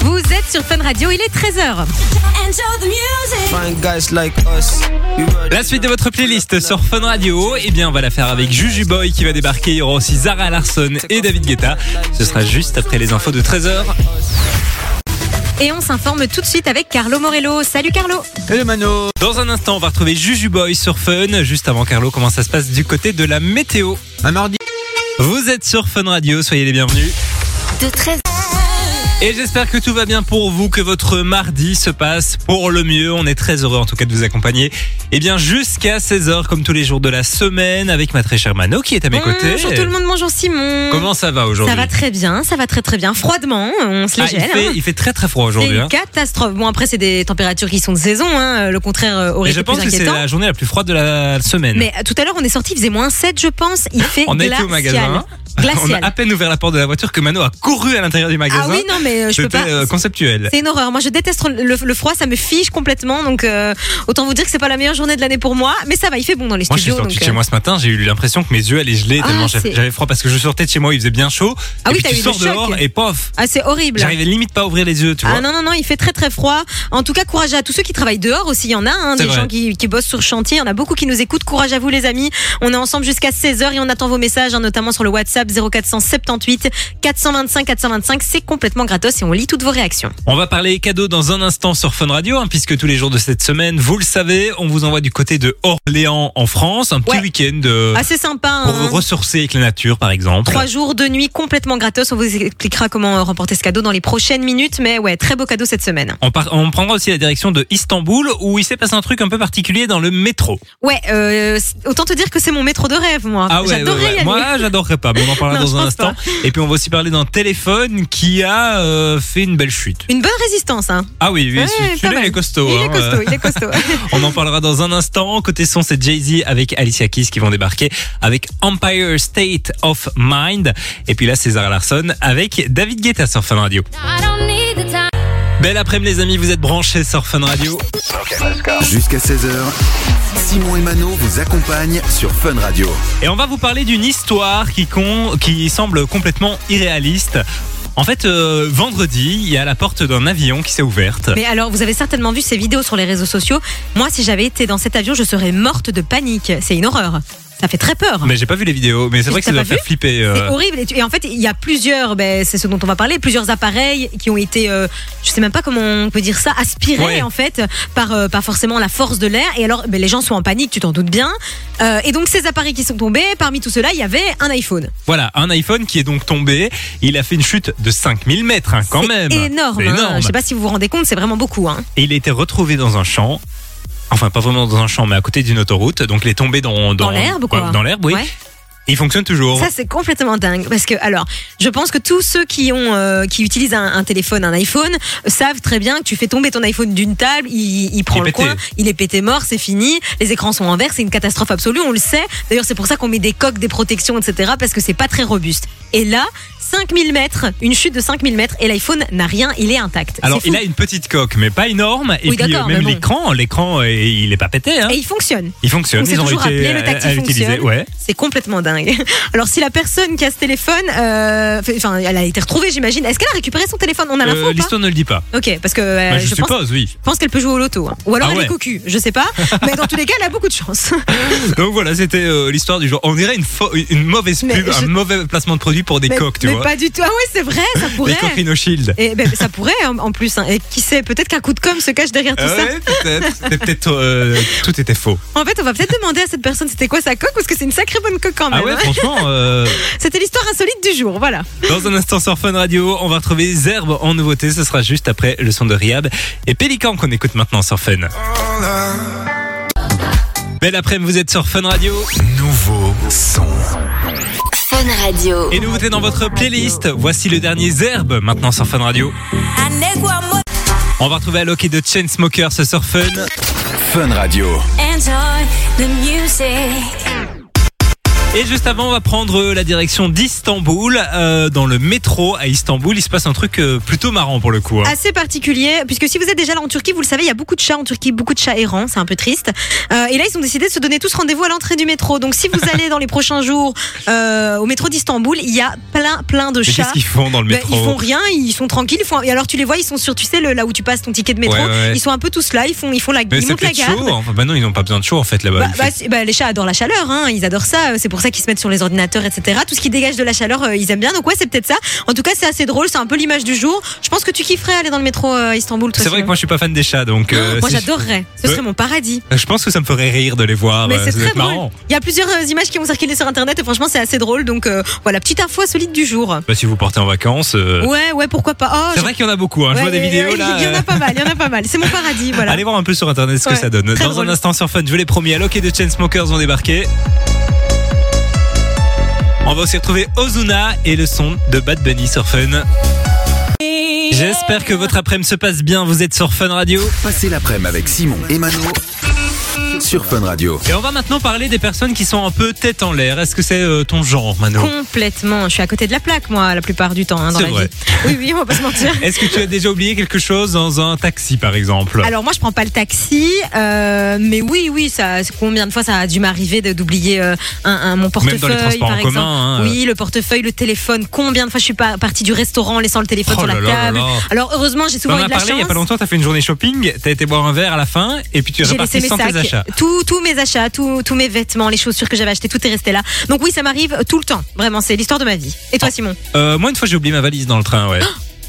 Vous êtes sur Fun Radio, il est 13h. Enjoy the music. Find guys like us. You ready? La suite de votre playlist sur Fun Radio, eh bien on va la faire avec Juju Boy qui va débarquer. Il y aura aussi Zara Larson et David Guetta. Ce sera juste après les infos de 13h. Et on s'informe tout de suite avec Carlo Morello. Salut Carlo Hello Mano. Dans un instant, on va retrouver Juju Boy sur Fun. Juste avant Carlo, comment ça se passe du côté de la météo Un mardi. Vous êtes sur Fun Radio, soyez les bienvenus. De 13 Et j'espère que tout va bien pour vous, que votre mardi se passe pour le mieux. On est très heureux en tout cas de vous accompagner. Et bien jusqu'à 16h, comme tous les jours de la semaine, avec ma très chère Mano qui est à mes côtés. Bonjour tout le monde, bonjour Simon. Comment ça va aujourd'hui ça va très bien, ça va très très bien. Froidement, on se les Ah, il, gèle. hein. fait, il fait très très froid C'est aujourd'hui. une hein. catastrophe. Bon, après, c'est des températures qui sont de saison. hein. Le contraire euh, aurait Et été je pense plus que c'est inquiétant. la journée la plus froide de la semaine. Mais euh, tout à l'heure, on est sorti, il faisait moins 7, je pense. Il fait on a glacial. été au magasin. On a Glacial. à peine ouvert la porte de la voiture que Mano a couru à l'intérieur du magasin. Ah oui, non, mais euh, je peux C'était pas. euh, conceptuel. C'est une horreur. Moi, je déteste le, le froid, ça me fige complètement. Donc, euh, autant vous dire que c'est pas la meilleure journée de l'année pour moi. Mais ça va, il fait bon dans les Moi, je suis studios. sorti donc, de chez euh, moi ce matin, j'ai eu l'impression que mes yeux allaient geler Ah, tellement c'est- j'avais j'avais froid parce que je sortais de chez moi, il faisait bien chaud. Ah et oui, puis t'as tu eu le sors choc. dehors et pof, Ah, c'est horrible. j'arrivais limite pas à ouvrir les yeux, tu vois. Ah non, non, non, il fait très très froid. En tout cas, courage à tous ceux qui travaillent dehors aussi. Il y en a, hein, C'est des vrai. gens qui, qui bossent sur chantier. Il y en a beaucoup qui nous écoutent. Courage à vous, les amis. On est ensemble jusqu'à 16h et on attend vos messages, hein, notamment sur le WhatsApp 0478 425 425. C'est complètement gratos et on lit toutes vos réactions. On va parler cadeaux dans un instant sur Fun Radio, hein, puisque tous les jours de cette semaine, vous le savez, on vous envoie du côté de Orléans en France, un petit Ouais. week-end euh, Assez sympa. pour hein. vous ressourcer avec la nature, par exemple. Trois jours de nuit complètement gratos. On vous expliquera comment euh, remporter ce cadeau dans les prochaines minutes. Mais ouais, très beau cadeau cette semaine. On, part- on prendra aussi la direction de Istanbul, où il s'est passé un truc un peu particulier dans le métro. Ouais, euh, c- autant te dire que c'est mon métro de rêve, moi. Ah, Ah J'adorerais y aller. Moi, j'adorerais pas. mais on en parlera Non, je dans un pense instant. Et puis, on va aussi parler d'un téléphone qui a euh, fait une belle chute. Une bonne résistance, hein. Ah oui, oui, Ouais, celui- pas celui-là, mal. il est costaud. Il est hein. costaud, il est costaud. On en parlera dans un instant. Côté son, c'est Jay-Z avec Alicia Keys qui vont débarquer avec Empire State of Mind. Et puis là, César Larson avec David Guetta sur Fun Radio. Belle après-midi, les amis. Vous êtes branchés sur Fun Radio. Jusqu'à 16h, Simon et Mano vous accompagnent sur Fun Radio. Et on va vous parler d'une histoire qui, con- qui semble complètement irréaliste. En fait, euh, vendredi, il y a la porte d'un avion qui s'est ouverte. Mais alors, vous avez certainement vu ces vidéos sur les réseaux sociaux. Moi, si j'avais été dans cet avion, je serais morte de panique. C'est une horreur. Ça fait très peur. Mais j'ai pas vu les vidéos, mais c'est Mais vrai que t'as ça doit pas faire vu flipper. euh. C'est horrible. Et, tu- et en fait, il y a plusieurs, ben, c'est ce dont on va parler, plusieurs appareils qui ont été, euh, je sais même pas comment on peut dire ça, aspirés Ouais. en fait par, euh, par forcément la force de l'air. Et alors, ben, les gens sont en panique, tu t'en doutes bien. Euh, et donc, ces appareils qui sont tombés, parmi tout cela, il y avait un iPhone. Voilà, un iPhone qui est donc tombé. Il a fait une chute de 5000 mètres, hein, quand C'est même. Énorme. C'est hein. énorme. Je sais pas si vous vous rendez compte, c'est vraiment beaucoup. Hein. Et il a été retrouvé dans un champ. Enfin, pas vraiment dans un champ, mais à côté d'une autoroute. Donc, il est tombé dans, Dans l'herbe, quoi. Dans l'herbe, oui. Ouais. Et il fonctionne toujours. Ça c'est complètement dingue parce que alors je pense que tous ceux qui ont euh, qui utilisent un, un téléphone un iPhone euh, savent très bien que tu fais tomber ton iPhone d'une table il, il prend Il est le pété. coin il est pété mort c'est fini les écrans sont en verre c'est une catastrophe absolue on le sait d'ailleurs c'est pour ça qu'on met des coques des protections etc parce que c'est pas très robuste et là 5000 mètres une chute de 5000 mètres et l'iPhone n'a rien il est intact C'est Alors, fou. il a une petite coque, mais pas énorme. Et Oui, puis, d'accord, même mais bon. l'écran, l'écran, euh, il est pas pété. Hein. et il fonctionne Il fonctionne. On s'est Ils ont toujours été rappelé, le à- tactile à utiliser. fonctionne. Ouais. C'est complètement dingue. Alors si la personne qui a ce téléphone, euh, fait- enfin elle a été retrouvée j'imagine, est-ce qu'elle a récupéré son téléphone On a l'info Euh, ou pas L'histoire ne le dit pas. Ok, parce que euh, Bah, je je, pense, suppose, oui. je pense qu'elle peut jouer au loto. hein. Ou alors Ah elle ouais. est cocu, je sais pas. mais dans tous les cas, elle a beaucoup de chance. Donc voilà, c'était euh, l'histoire du jour. On dirait une, fo- une mauvaise Mais pub, je- un mauvais placement de produit pour des mais coques, tu mais vois. pas du tout. Ah oui, c'est vrai, ça Les pourrait. coques Rhino Shield. Et ben, ça pourrait en en plus. hein. Et qui sait, peut-être qu'un coup de com se cache derrière tout Ah ça. ouais, peut-être. C'était peut-être. euh, tout était faux. En fait, on va peut-être demander à cette personne c'était quoi sa coque, parce que c'est une sacrée bonne coque quand même. Ah ouais, hein. franchement. euh, C'était l'histoire insolite du jour, voilà. Dans un instant sur Fun Radio, on va retrouver Zerbe en nouveauté. Ce sera juste après le son de Riab et Pélican qu'on écoute maintenant sur Fun. Belle après-midi, vous êtes sur Fun Radio. Nouveau son. Fun Radio. Et nouveauté dans votre playlist, voici le dernier Zerbe maintenant sur Fun Radio. On va retrouver Alok et de Chainsmokers sur Fun. Fun Radio. Enjoy the music. Et juste avant, on va prendre la direction d'Istanbul. Euh, dans le métro à Istanbul, il se passe un truc euh, plutôt marrant pour le coup. hein. assez particulier, puisque si vous êtes déjà là en Turquie, vous le savez, il y a beaucoup de chats en Turquie, beaucoup de chats errants, c'est un peu triste. Euh, et là, ils ont décidé de se donner tous rendez-vous à l'entrée du métro. Donc, si vous allez dans les prochains jours euh, au métro d'Istanbul, il y a plein, plein de Mais chats. qu'est-ce qu'ils font dans le Ben, métro ils font rien, ils sont tranquilles. Ils font... Et alors tu les vois, ils sont sur, tu sais, le- là où tu passes ton ticket de métro. Ouais, ouais, ouais. Ils sont un peu tous là, ils font, ils font la, Mais ils c'est montent la peut-être garde. chaud. Enfin, bah non, ils n'ont pas besoin de chaud en fait là-bas. Bah, Il bah, fait- c'est- bah, les chats adorent la chaleur, hein, ils adorent ça, euh, c'est pour ça qu'ils se mettent sur les ordinateurs, etc. Tout ce qui dégage de la chaleur, euh, ils aiment bien, donc ouais, c'est peut-être ça. En tout cas, c'est assez drôle, c'est un peu l'image du jour. Je pense que tu kifferais aller dans le métro euh, à Istanbul, toi. c'est vrai que Simon. moi je suis pas fan des chats, donc euh, moi si- j'adorerais, ce Ouais. serait mon paradis. Je pense que ça me ferait rire de les voir. Mais euh, c'est ça doit très être drôle. marrant. Il y a plusieurs euh, images qui ont circulé sur internet et franchement c'est assez drôle. Donc euh, voilà, petite info solide du jour. Bah, si vous partez en vacances, euh, Ouais, ouais, pourquoi pas. Oh, c'est je- vrai qu'il y en a beaucoup. hein. je Ouais, vois des il y a- vidéos il y, là. en euh, a pas mal, il y en a pas mal. C'est mon paradis, voilà. Allez voir un peu sur internet ce que Ouais, ça donne. très Dans drôle. un instant sur Fun, je vous l'ai promis, Alok et The Chainsmokers vont débarquer. On va aussi retrouver Ozuna et le son de Bad Bunny sur Fun. J'espère que votre après-midi se passe bien. Vous êtes sur Fun Radio. Passez l'après-midi avec Simon et Mano sur Fun Radio. Et on va maintenant parler des personnes qui sont un peu tête en l'air. Est-ce que c'est euh, ton genre, Mano Complètement. Je suis à côté de la plaque, moi, la plupart du temps, hein, dans C'est la vrai. vie. Oui, oui, on va pas se mentir. Est-ce que tu as déjà oublié quelque chose dans un taxi, par exemple Alors moi je prends pas le taxi, euh, mais oui oui ça combien de fois ça a dû m'arriver de- d'oublier euh, un, un- mon portefeuille dans les transports par en commun, exemple. hein, oui le portefeuille, le téléphone. Combien de fois je suis pas partie du restaurant en laissant le téléphone Oh sur la là là là table. là. Alors heureusement j'ai On souvent en eu a de la parlé il y a chance. pas longtemps, t'as fait une journée shopping, t'as été boire un verre à la fin et puis tu es J'ai reparti laissé mes sans tes achats. sacs, tous tous mes achats, tous tous mes vêtements, les chaussures que j'avais achetées, tout est resté là. Donc oui, ça m'arrive tout le temps. Vraiment, c'est l'histoire de ma vie. Et toi, Simon Euh, moi une fois j'ai oublié ma valise dans le train, ouais.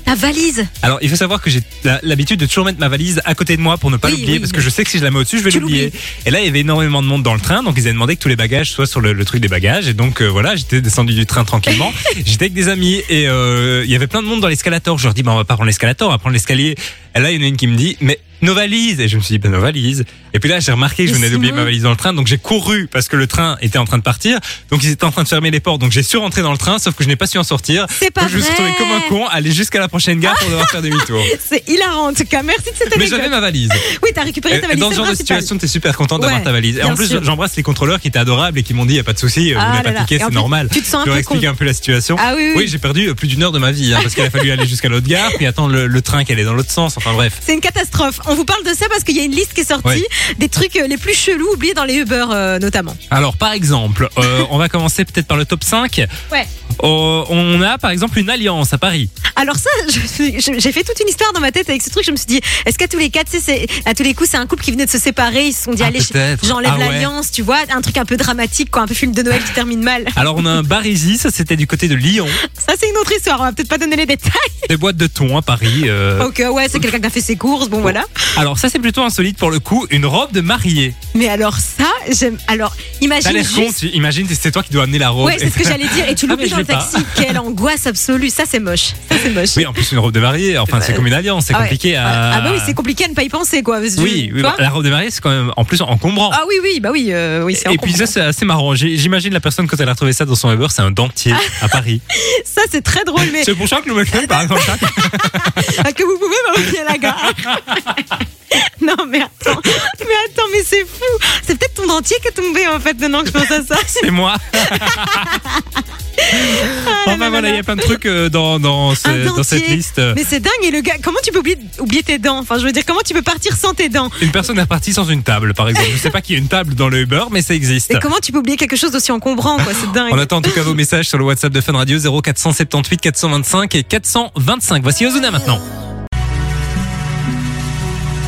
Ta valise Alors, il faut savoir que j'ai la- l'habitude de toujours mettre ma valise à côté de moi pour ne pas Oui, l'oublier, oui. parce que je sais que si je la mets au-dessus, je vais Tu l'oublier. Et là, il y avait énormément de monde dans le train, donc ils avaient demandé que tous les bagages soient sur le, le truc des bagages. Et donc, euh, voilà, j'étais descendu du train tranquillement. j'étais avec des amis et euh, il y avait plein de monde dans l'escalator. Je leur dis, bah, on va pas prendre l'escalator, on va prendre l'escalier. Et là, il y en a une qui me dit, mais nos valises Et je me suis dit, bah, nos valises. Et puis là, j'ai remarqué que je Mais venais d'oublier Simon. ma valise dans le train, donc j'ai couru parce que le train était en train de partir. Donc, ils étaient en train de fermer les portes. Donc, j'ai su rentrer dans le train, sauf que je n'ai pas su en sortir. C'est pas Donc, je me suis retrouvé vrai. comme un con, aller jusqu'à la prochaine gare pour devoir faire demi-tour. C'est hilarant en tout cas. Merci de cette Mais anecdote. j'avais ma valise. Oui, t'as récupéré ta Et valise. dans c'est ce genre le de principal. situation, t'es super contente d'avoir Ouais, ta valise. Et en bien plus, sûr. j'embrasse les contrôleurs qui étaient adorables et qui m'ont dit, y a pas de souci, euh, vous Ah n'avez là pas là. piqué, Et en c'est plus, normal. tu te sens un Je leur peu explique con. un peu la situation. Ah oui, oui. j'ai perdu euh, plus d'une heure de ma vie, hein, parce qu'il a fallu aller jusqu'à l'autre gare, puis attendre le, le train qui allait dans l'autre sens. Enfin bref. C'est une catastrophe. On vous parle de ça parce qu'il y a une liste qui est sortie Ouais. des trucs euh, les plus chelous oubliés dans les Uber euh, notamment. Alors, par exemple, euh, on va commencer peut-être par le top 5. Ouais. Euh, on a par exemple une alliance à Paris. Alors ça, je suis- je- j'ai fait toute une histoire dans ma tête avec ce truc. Je me suis dit, est-ce qu'à tous les quatre, tu sais, c'est- à tous les coups, c'est un couple qui venait de se séparer, ils se sont dit, Ah, allez, je- peut-être. j'enlève Ah ouais. l'alliance, tu vois, un truc un peu dramatique, quoi, un peu film de Noël qui termine mal. Alors, on a un Barisi, ça c'était du côté de Lyon. Ça, c'est une autre histoire. On va peut-être pas donner les détails. Des boîtes de thon à Paris. euh. Donc euh, ouais, c'est quelqu'un qui a fait ses courses, bon voilà. Alors, ça c'est plutôt insolite pour le coup, une robe de mariée. Mais alors ça, j'aime. Alors T'as imagine l'air con, juste. tu- imagine, c'est toi qui dois amener la robe. Ouais, c'est ce que j'allais dire. Et tu Ah, mais l'oublies je dans le l'ai pas. taxi. Quelle angoisse absolue. Ça, c'est moche. Ça, c'est moche. Oui, en plus une robe de mariée, enfin c'est comme une alliance, c'est Ah ouais. compliqué à. Ah bah oui, c'est compliqué à ne pas y penser, quoi. parce que- Oui, oui, tu vois bah, la robe de mariée c'est quand même en plus encombrant. Ah oui, oui, bah oui, euh, oui, c'est Et puis encombrant. ça c'est assez marrant. J'ai- J'imagine la personne quand elle a retrouvé ça dans son Uber, c'est un dentier à Paris. ça c'est très drôle, mais C'est pour ça que le mec par exemple. Ah, que vous pouvez m'envoyer à la gare. non, mais attends, mais attends, mais c'est fou. C'est peut-être ton dentier qui est tombé en fait maintenant que je pense à ça. C'est moi. Ah, là Enfin là bah voilà, là. il y a plein de trucs euh, dans dans, ce- Un dans cette dentier. liste. euh. Mais c'est dingue. Et le gars, comment tu peux oublier, oublier tes dents Enfin, je veux dire, comment tu peux partir sans tes dents Une personne est partie sans une table, par exemple. Je sais pas qu'il y a une table dans le Uber, mais ça existe. Et comment tu peux oublier quelque chose d'aussi encombrant quoi C'est On dingue. attend en tout cas vos messages sur le WhatsApp de Fun Radio 0478 425 et 425. Voici Ozuna maintenant.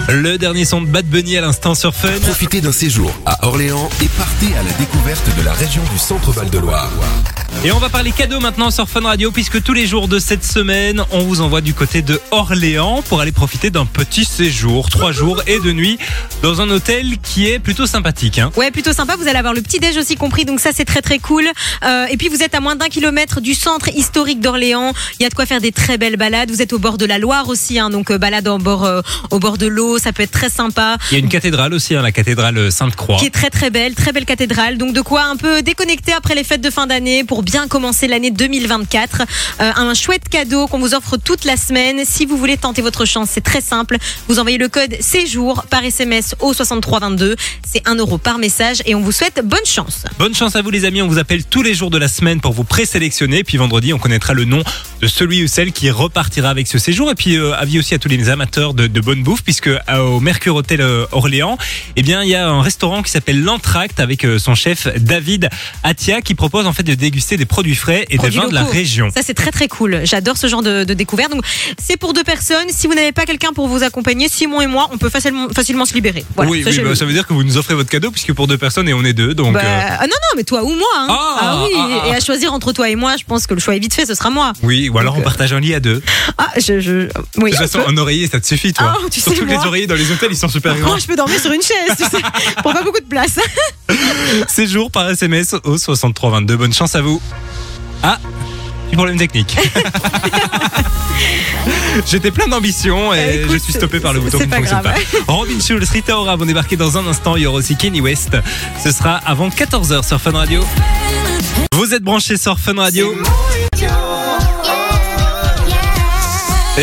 Le dernier son de Bad Bunny à l'instant sur Fun. Profitez d'un séjour à Orléans et partez à la découverte de la région du Centre-Val de Loire. Et on va parler cadeaux maintenant sur Fun Radio puisque tous les jours de cette semaine, on vous envoie du côté de Orléans pour aller profiter d'un petit séjour, trois jours et deux nuits, dans un hôtel qui est plutôt sympathique. hein. Ouais, plutôt sympa. Vous allez avoir le petit déj aussi compris, donc ça c'est très très cool. Euh, et puis vous êtes à moins d'un kilomètre du centre historique d'Orléans. Il y a de quoi faire des très belles balades. Vous êtes au bord de la Loire aussi, hein, donc euh, balade en bord, euh, au bord de l'eau, ça peut être très sympa. Il y a une cathédrale aussi, hein, la cathédrale Sainte-Croix. Qui est très très belle, très belle cathédrale. Donc de quoi un peu déconnecter après les fêtes de fin d'année pour pour bien commencer l'année 2024. Euh, un chouette cadeau qu'on vous offre toute la semaine. Si vous voulez tenter votre chance, c'est très simple. Vous envoyez le code séjour par SMS au 6322. C'est 1 euro par message et on vous souhaite bonne chance. Bonne chance à vous les amis, on vous appelle tous les jours de la semaine pour vous présélectionner. Puis vendredi, on connaîtra le nom de celui ou celle qui repartira avec ce séjour. Et puis euh, avis aussi à tous les amateurs de, de bonne bouffe, puisque euh, au Mercure Hotel euh, Orléans, eh bien il y a un restaurant qui s'appelle l'Entracte avec euh, son chef David Attia qui propose en fait de déguster des produits frais et Produits des vins de la locaux. région. Ça, c'est très très cool. J'adore ce genre de, de découverte. Donc, c'est pour deux personnes. Si vous n'avez pas quelqu'un pour vous accompagner, Simon et moi, on peut facilement, facilement se libérer. Voilà, oui, ça, oui, j'ai bah, vu. ça veut dire que vous nous offrez votre cadeau puisque pour deux personnes et on est deux, donc Bah, euh, ah non, non, mais toi ou moi. hein. Ah, oui, ah, ah. et à choisir entre toi et moi, je pense que le choix est vite fait, ce sera moi. oui, ou alors donc, on partage un lit à deux. Ah, je. je- De Oui, on toute façon, peut. un oreiller, ça te suffit, toi. Ah, tu sais, Surtout que moi. les oreillers dans les hôtels, ils sont super grands. Moi, je peux dormir sur une chaise, tu sais, pour pas beaucoup de place. séjour par SMS au 6322. Bonne chance à vous. Ah, petit problème technique. J'étais plein d'ambition et Euh, écoute, je suis stoppé par le c'est- bouton qui c'est ne pas fonctionne grave. pas. Robin Schulz, Rita Ora vont débarquer dans un instant. Il y aura aussi Kenny West. Ce sera avant 14h sur Fun Radio. Vous êtes branchés sur Fun Radio.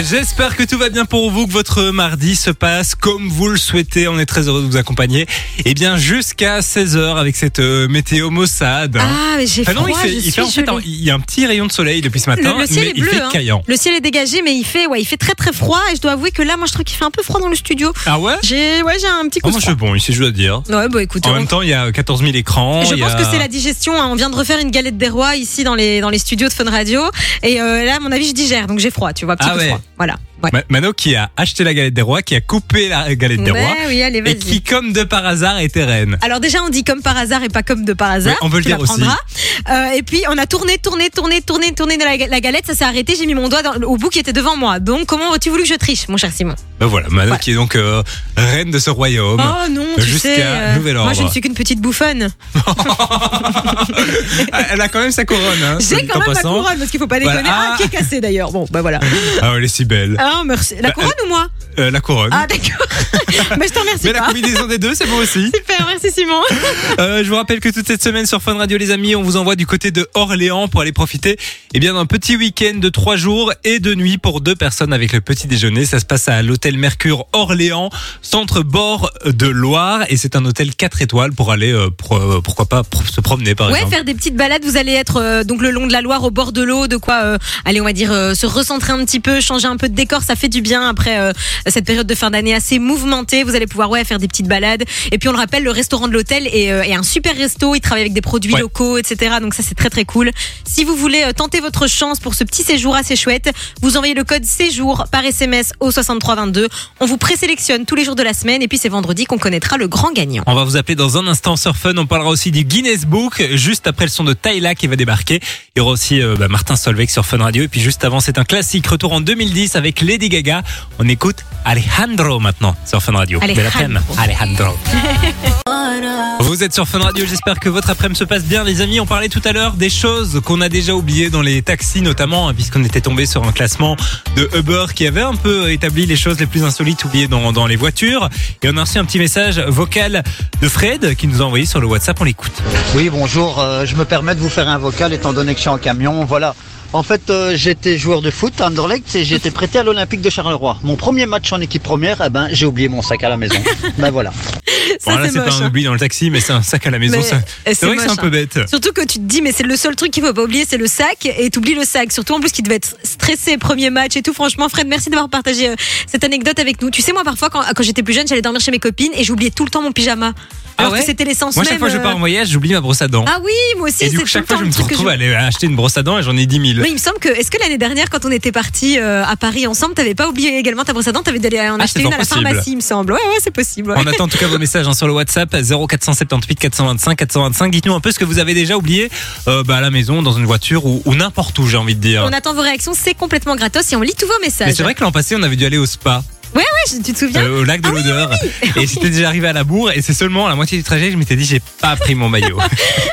J'espère que tout va bien pour vous, que votre mardi se passe comme vous le souhaitez. On est très heureux de vous accompagner. Et bien, jusqu'à 16h avec cette euh, météo maussade. hein. Ah, mais j'ai Ah froid. non, il fait, je il suis fait en fait, gelée. un- il y a un petit rayon de soleil depuis ce matin, le, le ciel mais est il bleu. fait hein. caillant. Le ciel est dégagé, mais il fait, ouais, il fait très très froid. Et je dois avouer que là, moi, je trouve qu'il fait un peu froid dans le studio. Ah ouais J'ai, ouais, j'ai un petit coup Oh, de moi, froid. je bon ici, je Ah, dois dire. Ouais, bah écoute, En on- même temps, il y a 14 000 écrans. Je Oh, il y pense a- que c'est la digestion. hein. On vient de refaire une galette des rois ici dans les, dans les studios de Fun Radio. Et euh, là, à mon avis, je digère. Donc j'ai froid, tu vois. Petit Ah peu de ouais. froid. Voilà. Ouais. Ma- Mano qui a acheté la galette des rois, qui a coupé la galette des Ouais, rois, Bah oui, allez, et vas-y. qui, comme de par hasard, était reine. Alors déjà, on dit comme par hasard et pas comme de par hasard. Oui, on veut le Tu dire aussi. l'apprendras. Euh, et puis, on a tourné, tourné, tourné, tourné, tourné de la, la galette. Ça s'est arrêté. J'ai mis mon doigt dans- au bout qui était devant moi. Donc, comment as-tu voulu que je triche, mon cher Simon Ben voilà, Mano qui est donc euh, reine de ce royaume. Oh non, tu Euh, sais. Jusqu'à euh, nouvel Moi, je ordre. Ah, ne suis qu'une petite bouffonne. Elle a quand même sa couronne. Hein, J'ai quand en même ma passant. couronne parce qu'il faut pas Voilà. déconner. Ah, Ah. qui est cassée d'ailleurs. Bon, bah voilà. Ah, ouais, elle est si belle. Ah, merci. Bah, La couronne ou moi Euh, la couronne. Ah, d'accord. Mais je t'en remercie Mais la pas. combinaison des deux, c'est bon aussi. Super, merci Simon. Euh, je vous rappelle que toute cette semaine sur Fun Radio, les amis, on vous envoie du côté de Orléans pour aller profiter eh bien d'un petit week-end de trois jours et de nuit pour deux personnes avec le petit déjeuner. Ça se passe à l'hôtel Mercure Orléans, centre bord de Loire, et c'est un hôtel 4 étoiles pour aller, euh, pro- euh, pourquoi pas, pro- se promener par Ouais, exemple. faire des petites balades. Vous allez être euh, donc le long de la Loire, au bord de l'eau, de quoi, euh, allez, on va dire, euh, se recentrer un petit peu, changer un peu de décor. Ça fait du bien après euh, cette période de fin d'année assez mouvementée. Vous allez pouvoir ouais faire des petites balades. Et puis on le rappelle, le restaurant de l'hôtel est, euh, est un super resto. Il travaille avec des produits Ouais. locaux, etc. Donc ça c'est très très cool. Si vous voulez euh, tenter votre chance pour ce petit séjour assez chouette, vous envoyez le code séjour par SMS au 6322. On vous présélectionne tous les jours de la semaine. Et puis c'est vendredi qu'on connaîtra le grand gagnant. On va vous appeler dans un instant sur Fun. On parlera aussi du Guinness Book juste après le son de Tyla qui va débarquer. Il y aura aussi euh, bah, Martin Solveig sur Fun Radio. Et puis juste avant, c'est un classique. Retour en 2010 avec Lady Gaga. On écoute Alejandro maintenant sur Fun Radio. Alejandro. Bel après-midi. Alejandro. Vous êtes sur Fun Radio, j'espère que votre après-midi se passe bien les amis. On parlait tout à l'heure des choses qu'on a déjà oubliées dans les taxis notamment, hein, puisqu'on était tombé sur un classement de Uber qui avait un peu établi les choses les plus insolites oubliées dans, dans les voitures. Et on a reçu un petit message vocal de Fred qui nous a envoyé sur le WhatsApp, on l'écoute. Oui, bonjour. euh, je me permets de vous faire un vocal étant donné que je suis en camion. Voilà. En fait, euh, j'étais joueur de foot à Anderlecht et j'étais prêté à l'Olympique de Charleroi. Mon premier match en équipe première, eh ben, j'ai oublié mon sac à la maison. ben voilà. Ça, bon là c'est c'est pas moche, un hein. oubli dans le taxi mais c'est un sac à la maison. Mais- ça- et C'est vrai que c'est un moche, peu hein. bête. Surtout que tu te dis, mais c'est le seul truc qu'il faut pas oublier, c'est le sac, et t'oublies le sac. Surtout en plus qu'il devait être stressé, premier match et tout. Franchement, Fred, merci d'avoir partagé euh, cette anecdote avec nous. Tu sais, moi, parfois, quand, quand j'étais plus jeune, j'allais dormir chez mes copines et j'oubliais tout le temps mon pyjama. Ah Alors ouais que c'était l'essence Moi même. chaque fois que je euh, pars en voyage j'oublie ma brosse à dents. Ah oui, moi aussi, Et c'est du tout coup le chaque fois temps je le me truc que retrouve à aller acheter une brosse à dents et j'en ai 10 000. Mais il me semble que, est-ce que l'année dernière, quand on était parti à Paris ensemble, t'avais pas oublié également ta brosse à dents, t'avais d'aller en Ah, acheter c'est une fort à la possible. pharmacie, il me semble. Ouais, ouais, c'est possible. ouais. On attend en tout cas vos messages hein, sur le WhatsApp 0478 425 425. Dites-nous un peu ce que vous avez déjà oublié euh, bah, à la maison, dans une voiture ou, ou n'importe où, j'ai envie de dire. On attend vos réactions, c'est complètement gratos et on lit tous vos messages. Mais c'est vrai que l'an passé, on avait dû aller au spa, Ouais, ouais, tu te souviens euh, au lac de Ah oui, l'odeur, et j'étais déjà arrivé à la bourre, et c'est seulement à la moitié du trajet, que je m'étais dit, j'ai pas pris mon maillot.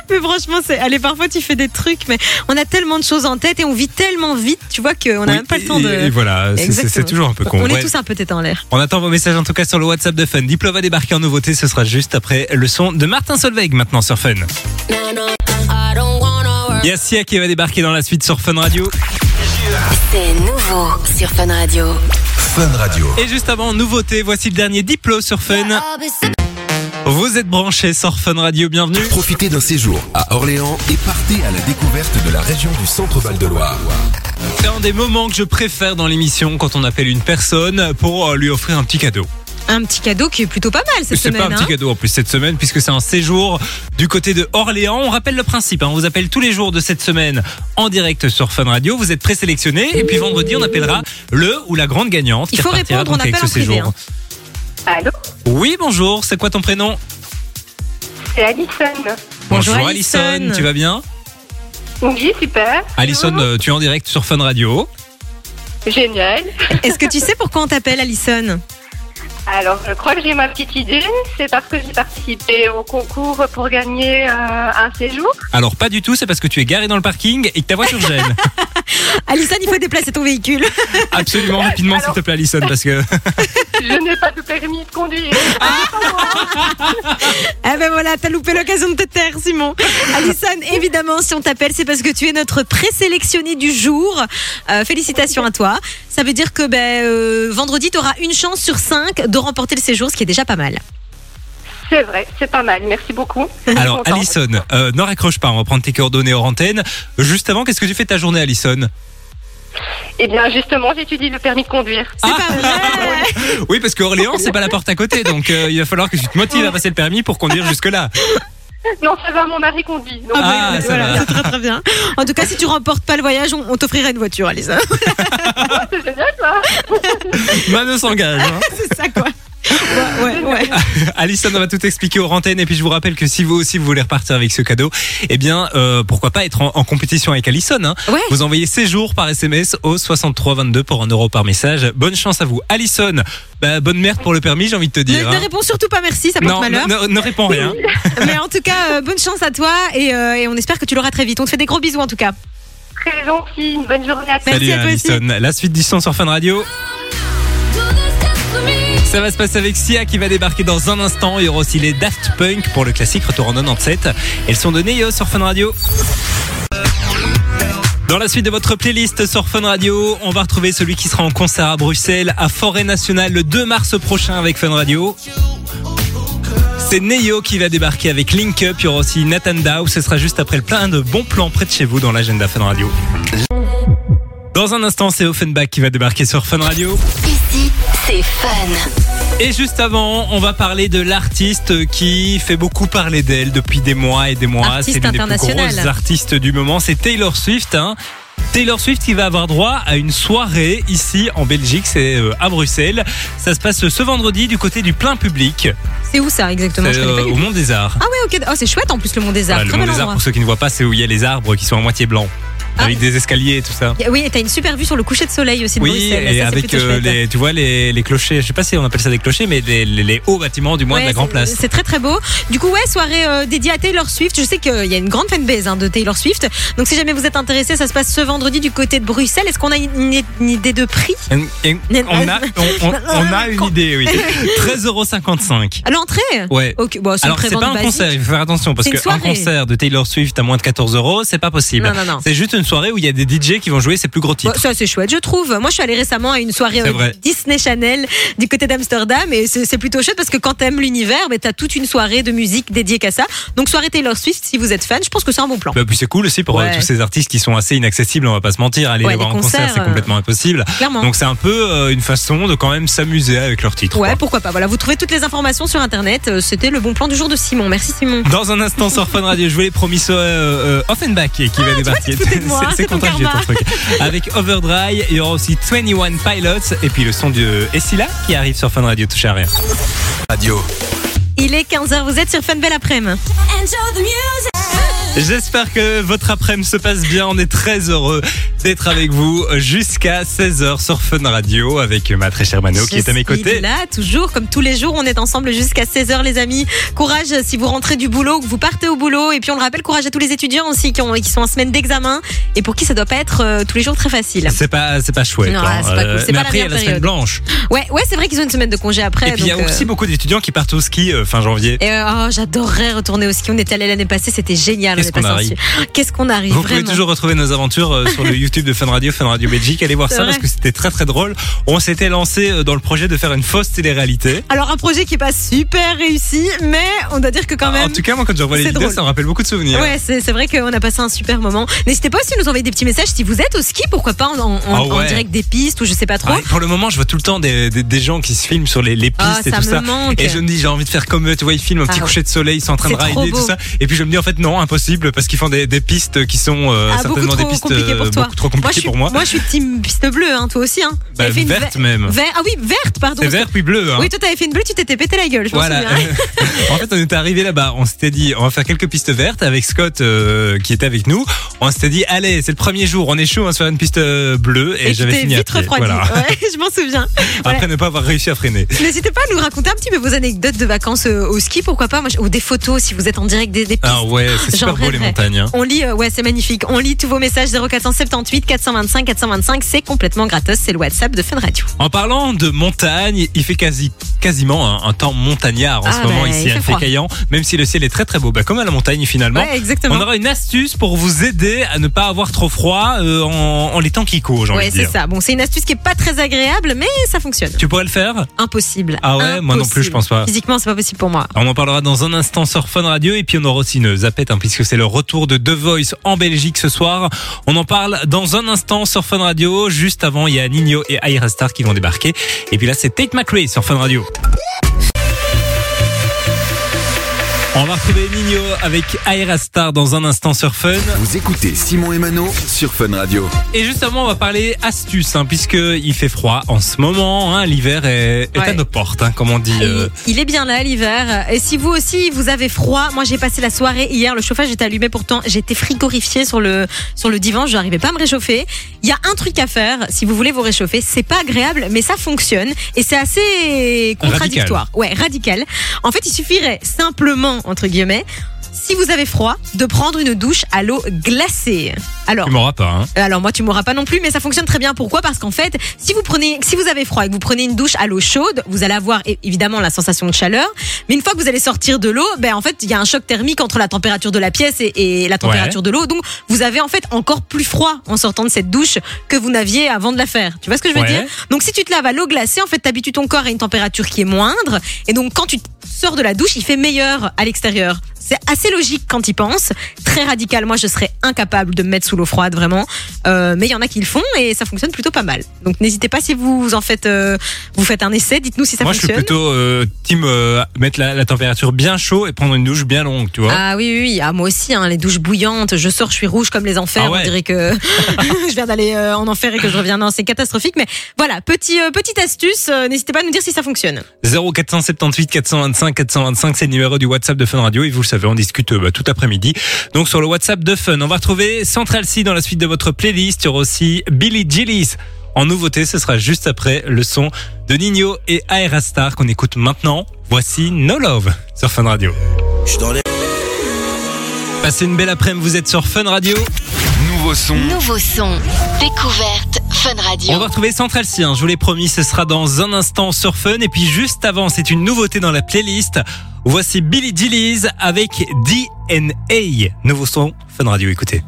Mais franchement, c'est. Allez, parfois tu fais des trucs, mais on a tellement de choses en tête et on vit tellement vite, tu vois, qu'on n'a Oui, même pas le temps et- de. Et, voilà, c'est- c'est Exactement. c'est toujours un peu con. On est Ouais. tous un peu tête en l'air. On attend vos messages en tout cas sur le WhatsApp de Fun. Diplo va débarquer en nouveauté, ce sera juste après le son de Martin Solveig maintenant sur Fun. I don't wanna work. Il y a Sia qui va débarquer dans la suite sur Fun Radio. C'est nouveau sur Fun Radio. Fun Radio. Et juste avant, nouveauté, voici le dernier Diplo sur Fun. Oh, Vous êtes branchés sur Fun Radio, bienvenue. Profitez d'un séjour à Orléans et partez à la découverte de la région du Centre-Val de Loire. C'est un des moments que je préfère dans l'émission quand on appelle une personne pour euh, lui offrir un petit cadeau. Un petit cadeau qui est plutôt pas mal cette C'est semaine. pas un petit hein. cadeau en plus cette semaine puisque c'est un séjour du côté de Orléans. On rappelle le principe, hein, on vous appelle tous les jours de cette semaine en direct sur Fun Radio. Vous êtes présélectionnés et puis vendredi on appellera le ou la grande gagnante. Il qui faut repartira répondre, on donc avec appelle en ce privé, séjour. hein. Allô Oui bonjour, c'est quoi ton prénom C'est Alison. Bonjour, Alison. Alison. tu vas bien Oui, super. Alison, euh, tu es en direct sur Fun Radio. Génial. Est-ce que tu sais pourquoi on t'appelle Alison Alors, je crois que j'ai ma petite idée. C'est parce que j'ai participé au concours pour gagner euh, un séjour. Alors pas du tout, c'est parce que tu es garé dans le parking et que ta voiture gêne. Alison, il faut déplacer ton véhicule. Absolument rapidement s'il te plaît Alison parce que Je n'ai pas de permis de conduire. Ah ben voilà, t'as loupé l'occasion de te taire, Simon. Alison, évidemment, si on t'appelle, c'est parce que tu es notre présélectionné du jour. Euh, félicitations à toi. Ça veut dire que ben, euh, vendredi, tu auras une chance sur cinq de remporter le séjour, ce qui est déjà pas mal. C'est vrai, c'est pas mal. Merci beaucoup. Je suis Alors, contente. Alison, euh, ne raccroche pas, on va prendre tes coordonnées hors antenne. Juste avant, qu'est-ce que tu fais de ta journée, Alison Eh bien, justement, j'étudie le permis de conduire. C'est Ah. pas vrai Oui, parce que Orléans, c'est pas la porte à côté, donc euh, il va falloir que tu te motives à passer le permis pour conduire jusque-là. Non, ça va, mon mari conduit. Donc, Ah, oui, ça voilà, va. c'est très très bien. En tout cas, si tu remportes pas le voyage, on, on t'offrira une voiture, Alison. c'est génial, ça. Mano s'engage. hein. c'est ça quoi. Ouais, ouais, ouais. Alison, on va tout expliquer aux antenne. Et puis, je vous rappelle que si vous aussi, vous voulez repartir avec ce cadeau, eh bien, euh, pourquoi pas être en, en compétition avec Alison. hein. Ouais. Vous envoyez séjour par SMS au 6322 pour 1 euro par message. Bonne chance à vous. Alison, bah, bonne merde pour le permis, j'ai envie de te Ne, dire. ne hein. réponds surtout pas merci, ça porte Non, malheur. ne- ne- ne réponds rien. Mais en tout cas, euh, bonne chance à toi et, euh, et on espère que tu l'auras très vite. On te fait des gros bisous en tout cas. Très gentil. Une bonne journée à tous. Merci Salut à toi aussi. Alison. La suite du son sur Fun Radio. Ça va se passer avec Sia qui va débarquer dans un instant. Il y aura aussi les Daft Punk pour le classique Retour en 97. Elles sont données Neo sur Fun Radio. Dans la suite de votre playlist sur Fun Radio, on va retrouver celui qui sera en concert à Bruxelles, à Forêt Nationale, le 2 mars prochain avec Fun Radio. C'est Neo qui va débarquer avec Link Up. Il y aura aussi Nathan Dow. Ce sera juste après le plein de bons plans près de chez vous dans l'agenda Fun Radio. Dans un instant, c'est Offenbach qui va débarquer sur Fun Radio. Ici, c'est fun. Et juste avant, on va parler de l'artiste qui fait beaucoup parler d'elle depuis des mois et des mois. Artiste c'est l'une des plus internationale. grosses artistes du moment. C'est Taylor Swift. hein. Taylor Swift qui va avoir droit à une soirée ici en Belgique, c'est euh, à Bruxelles. Ça se passe ce vendredi du côté du plein public, C'est où ça exactement C'est, Je connais pas euh, du au tout. Monde des Arts. Ah ouais, ok. Oh, c'est chouette en plus le Mont des Arts. Voilà, le Très Mont bel des Arts, endroit. pour ceux qui ne voient pas, c'est où il y a les arbres qui sont à moitié blancs, Ah. avec des escaliers et tout ça. Oui, et t'as une super vue sur le coucher de soleil aussi de Oui, Bruxelles. et ça, c'est avec plutôt euh, chouette. les, tu vois les, les clochers, je sais pas si on appelle ça des clochers, mais les, les- les hauts bâtiments du moins de Ouais, la Grand c'est- Place. C'est très très beau. Du coup, ouais, soirée euh, dédiée à Taylor Swift. Je sais qu'il y a une grande fanbase hein, de Taylor Swift. Donc si jamais vous êtes intéressé, ça se passe ce vendredi du côté de Bruxelles. Est-ce qu'on a une, une idée de prix Et- et Nen- on, a, on, on- on a une Con- idée, oui. 13,55€. À l'entrée Ouais. Ok, bon, c'est une Alors, c'est prévente pas un basique. concert, il faut faire attention parce C'est une que un soirée. concert de Taylor Swift à moins de 14 euros, c'est pas possible. Non, non, non. C'est juste une soirée où il y a des DJ qui vont jouer ses plus gros Bon, titres. ça c'est chouette, je trouve. Moi, je suis allée récemment à une soirée C'est euh, vrai. Disney Channel du côté d'Amsterdam et c'est c'est plutôt chouette parce que quand t'aimes l'univers, mais t'as toute une soirée de musique dédiée qu'à ça. Donc soirée Taylor Swift, si vous êtes fan, je pense que c'est un bon plan. Bah, puis c'est cool aussi pour euh, Ouais. tous ces artistes qui sont assez inaccessibles, on va pas se mentir. Aller Ouais, les les voir en concert, concerts, c'est euh, complètement impossible. Clairement. Donc c'est un peu euh, une façon de quand même s'amuser avec leurs titres. quoi. Ouais, pourquoi pas. Voilà, vous trouvez toutes les informations sur internet. Euh, C'était le bon plan du jour de Simon. Merci Simon. Dans un instant sur Fun Radio, je vous l'ai promis sur euh, euh, Offenbach Ah, qui va débarquer. te foutais de moi, c'est ton contagieux, karma. truc. Avec Overdrive, il y aura aussi 21 Pilots et puis le son de Essila qui arrive sur Fun Radio, touche à rien. Radio. Il est 15h, vous êtes sur Fun Belle après-midi. Enjoy the music. J'espère que votre après-midi se passe bien, on est très heureux d'être avec vous jusqu'à 16h sur Fun Radio avec ma très chère Mano Je qui est à mes suis côtés. Là, toujours, comme tous les jours, on est ensemble jusqu'à 16h, les amis. Courage si vous rentrez du boulot, que vous partez au boulot. Et puis, on le rappelle, courage à tous les étudiants aussi qui, ont, qui sont en semaine d'examen et pour qui ça doit pas être euh, tous les jours très facile. C'est pas, c'est pas chouette. Non, hein. c'est pas cool. C'est mais pas la après, il y a meilleure la semaine période. blanche. Ouais, ouais, c'est vrai qu'ils ont une semaine de congé après. Et puis il y a donc, euh, aussi beaucoup d'étudiants qui partent au ski euh, fin janvier. et, euh, oh, j'adorerais retourner au ski. On était allé l'année passée, c'était génial. Qu'est-ce on est qu'on passé en arrive Suisse. Qu'est-ce qu'on arrive Vous vraiment pouvez toujours retrouver nos aventures euh, sur le YouTube de Fun Radio, Fun Radio Belgique. Allez voir C'est ça parce vrai. que c'était très très drôle. On s'était lancé euh, dans le projet de faire une fausse télé-réalité. Alors un projet qui est pas super réussi, mais on doit dire que quand Ah, même. En tout cas, moi quand je revois les c'est vidéos, drôle. ça me rappelle beaucoup de souvenirs. Ouais, c'est c'est vrai qu'on a passé un super moment. N'hésitez pas aussi à nous envoyer des petits messages si vous êtes au ski, pourquoi pas en, en- en- Ah ouais. en direct des pistes ou je sais pas trop. Ah, et pour le moment, je vois tout le temps des, des, des gens qui se filment sur les, les pistes Ah, et ça tout me ça. manque. Et je me dis, j'ai envie de faire comme eux, tu vois, ils filment un petit Ah. coucher de soleil, ils sont en train de C'est trop rider, tout beau. ça. Et puis je me dis, en fait, non, impossible, parce qu'ils font des, des pistes qui sont euh, Ah, beaucoup certainement des trop pistes compliqué euh, pour toi. beaucoup trop moi, je compliquées suis, pour moi. je suis team piste bleue, hein, toi aussi. Hein. Bah, T'avais fait une verte ver- même. ver- ah oui, verte, pardon. C'est vert puis bleu. Hein. Oui, toi t'avais fait une bleue, tu t'étais pété la gueule, je Voilà. me souviens. en fait, on était arrivé là-bas. On s'était dit, on va faire quelques pistes vertes avec Scott euh, qui était avec nous. On s'était dit, allez, c'est le premier jour, on est chaud, on va se faire une piste euh, bleue. Et, Et, tu j'avais t'es fini à vite pied. refroidi. Voilà. Ouais, je m'en souviens. Voilà. Après ne pas avoir réussi à freiner. N'hésitez pas à nous raconter un petit peu vos anecdotes de vacances euh, au ski, pourquoi pas, moi, je- ou des photos si vous êtes en direct des, des pistes. Ah ouais, c'est J'en super beau les rêverais. montagnes. hein. On lit, euh, ouais, c'est magnifique. On lit tous vos messages 0478 425 425. C'est complètement gratos. C'est le WhatsApp de Fun Radio. En parlant de montagne, il fait quasi, quasiment un, un temps montagnard en Ah ce moment ouais, ici il fait à froid. Fécaillan, même si le ciel est très très beau, bah, comme à la montagne finalement. ouais, exactement. On aura une astuce pour vous aider à ne pas avoir trop froid euh, en, en les temps qui courent, j'ai envie Ouais, de c'est dire. ça. Bon, c'est une astuce qui est pas très agréable, mais ça fonctionne. Tu pourrais le faire Impossible. Ah ouais, moi non Impossible. plus, je pense pas. Physiquement, c'est pas possible pour moi. On en parlera dans un instant sur Fun Radio et puis on aura aussi une zapette hein, puisque c'est le retour de The Voice en Belgique ce soir. On en parle dans un instant sur Fun Radio. Juste avant, il y a Nino et Aira Star qui vont débarquer. Et puis là, c'est Tate McRae sur Fun Radio. On va retrouver Nino avec Aira Star dans un instant sur Fun. Vous écoutez Simon et Mano sur Fun Radio. Et justement, on va parler astuces hein, puisque il fait froid en ce moment. Hein, L'hiver est, est à Ouais. Ah nos portes, hein, comme on dit. euh, Il, il est bien là l'hiver. Et si vous aussi vous avez froid, moi j'ai passé la soirée hier, le chauffage était allumé pourtant, j'étais frigorifiée sur le sur le divan, je n'arrivais pas à me réchauffer. Il y a un truc à faire si vous voulez vous réchauffer, c'est pas agréable mais ça fonctionne et c'est assez contradictoire. Ouais, radical. En fait, il suffirait simplement entre guillemets si vous avez froid, de prendre une douche à l'eau glacée. Alors, Tu m'auras pas. Hein. euh, Alors moi tu m'auras pas non plus mais ça fonctionne très bien pourquoi parce qu'en fait si vous prenez si vous avez froid et que vous prenez une douche à l'eau chaude vous allez avoir é- évidemment la sensation de chaleur mais une fois que vous allez sortir de l'eau ben en fait il y a un choc thermique entre la température de la pièce et, et la température de l'eau donc vous avez en fait encore plus froid en sortant de cette douche que vous n'aviez avant de la faire tu vois ce que je veux Ouais. dire donc si tu te laves à l'eau glacée en fait t'habitues ton corps à une température qui est moindre et donc quand tu sors de la douche il fait meilleur à l'extérieur c'est assez logique quand il pense très radical moi je serais incapable de me mettre sous l'eau froide vraiment euh, mais il y en a qui le font et ça fonctionne plutôt pas mal. Donc n'hésitez pas si vous en faites, euh, vous faites un essai, dites-nous si ça Moi, je fonctionne. suis plutôt euh, team euh, mettre la, la température bien chaud et prendre une douche bien longue, tu vois. Ah oui, oui, oui. Ah, moi aussi, hein, les douches bouillantes, je sors, je suis rouge comme les enfers, Ah ouais. on dirait que je viens d'aller euh, en enfer et que je reviens. Non, c'est catastrophique, mais voilà, petit, euh, petite astuce, euh, n'hésitez pas à nous dire si ça fonctionne. 0478 425 425, c'est le numéro du WhatsApp de Fun Radio et vous le savez, on discute euh, bah, tout après-midi. Donc sur le WhatsApp de Fun, on va retrouver Central C dans la suite de votre playlist. Il y aura aussi Billy Gillies en nouveauté. Ce sera juste après le son de Nino et Aera Star qu'on écoute maintenant. Voici No Love sur Fun Radio. Passez une belle après-midi, vous êtes sur Fun Radio. Nouveau son, Nouveau son. Découverte Fun Radio. On va retrouver Central C, hein, je vous l'ai promis, ce sera dans un instant sur Fun. Et puis juste avant, c'est une nouveauté dans la playlist. Voici Billy Gillies avec DNA. Nouveau son, Fun Radio, écoutez.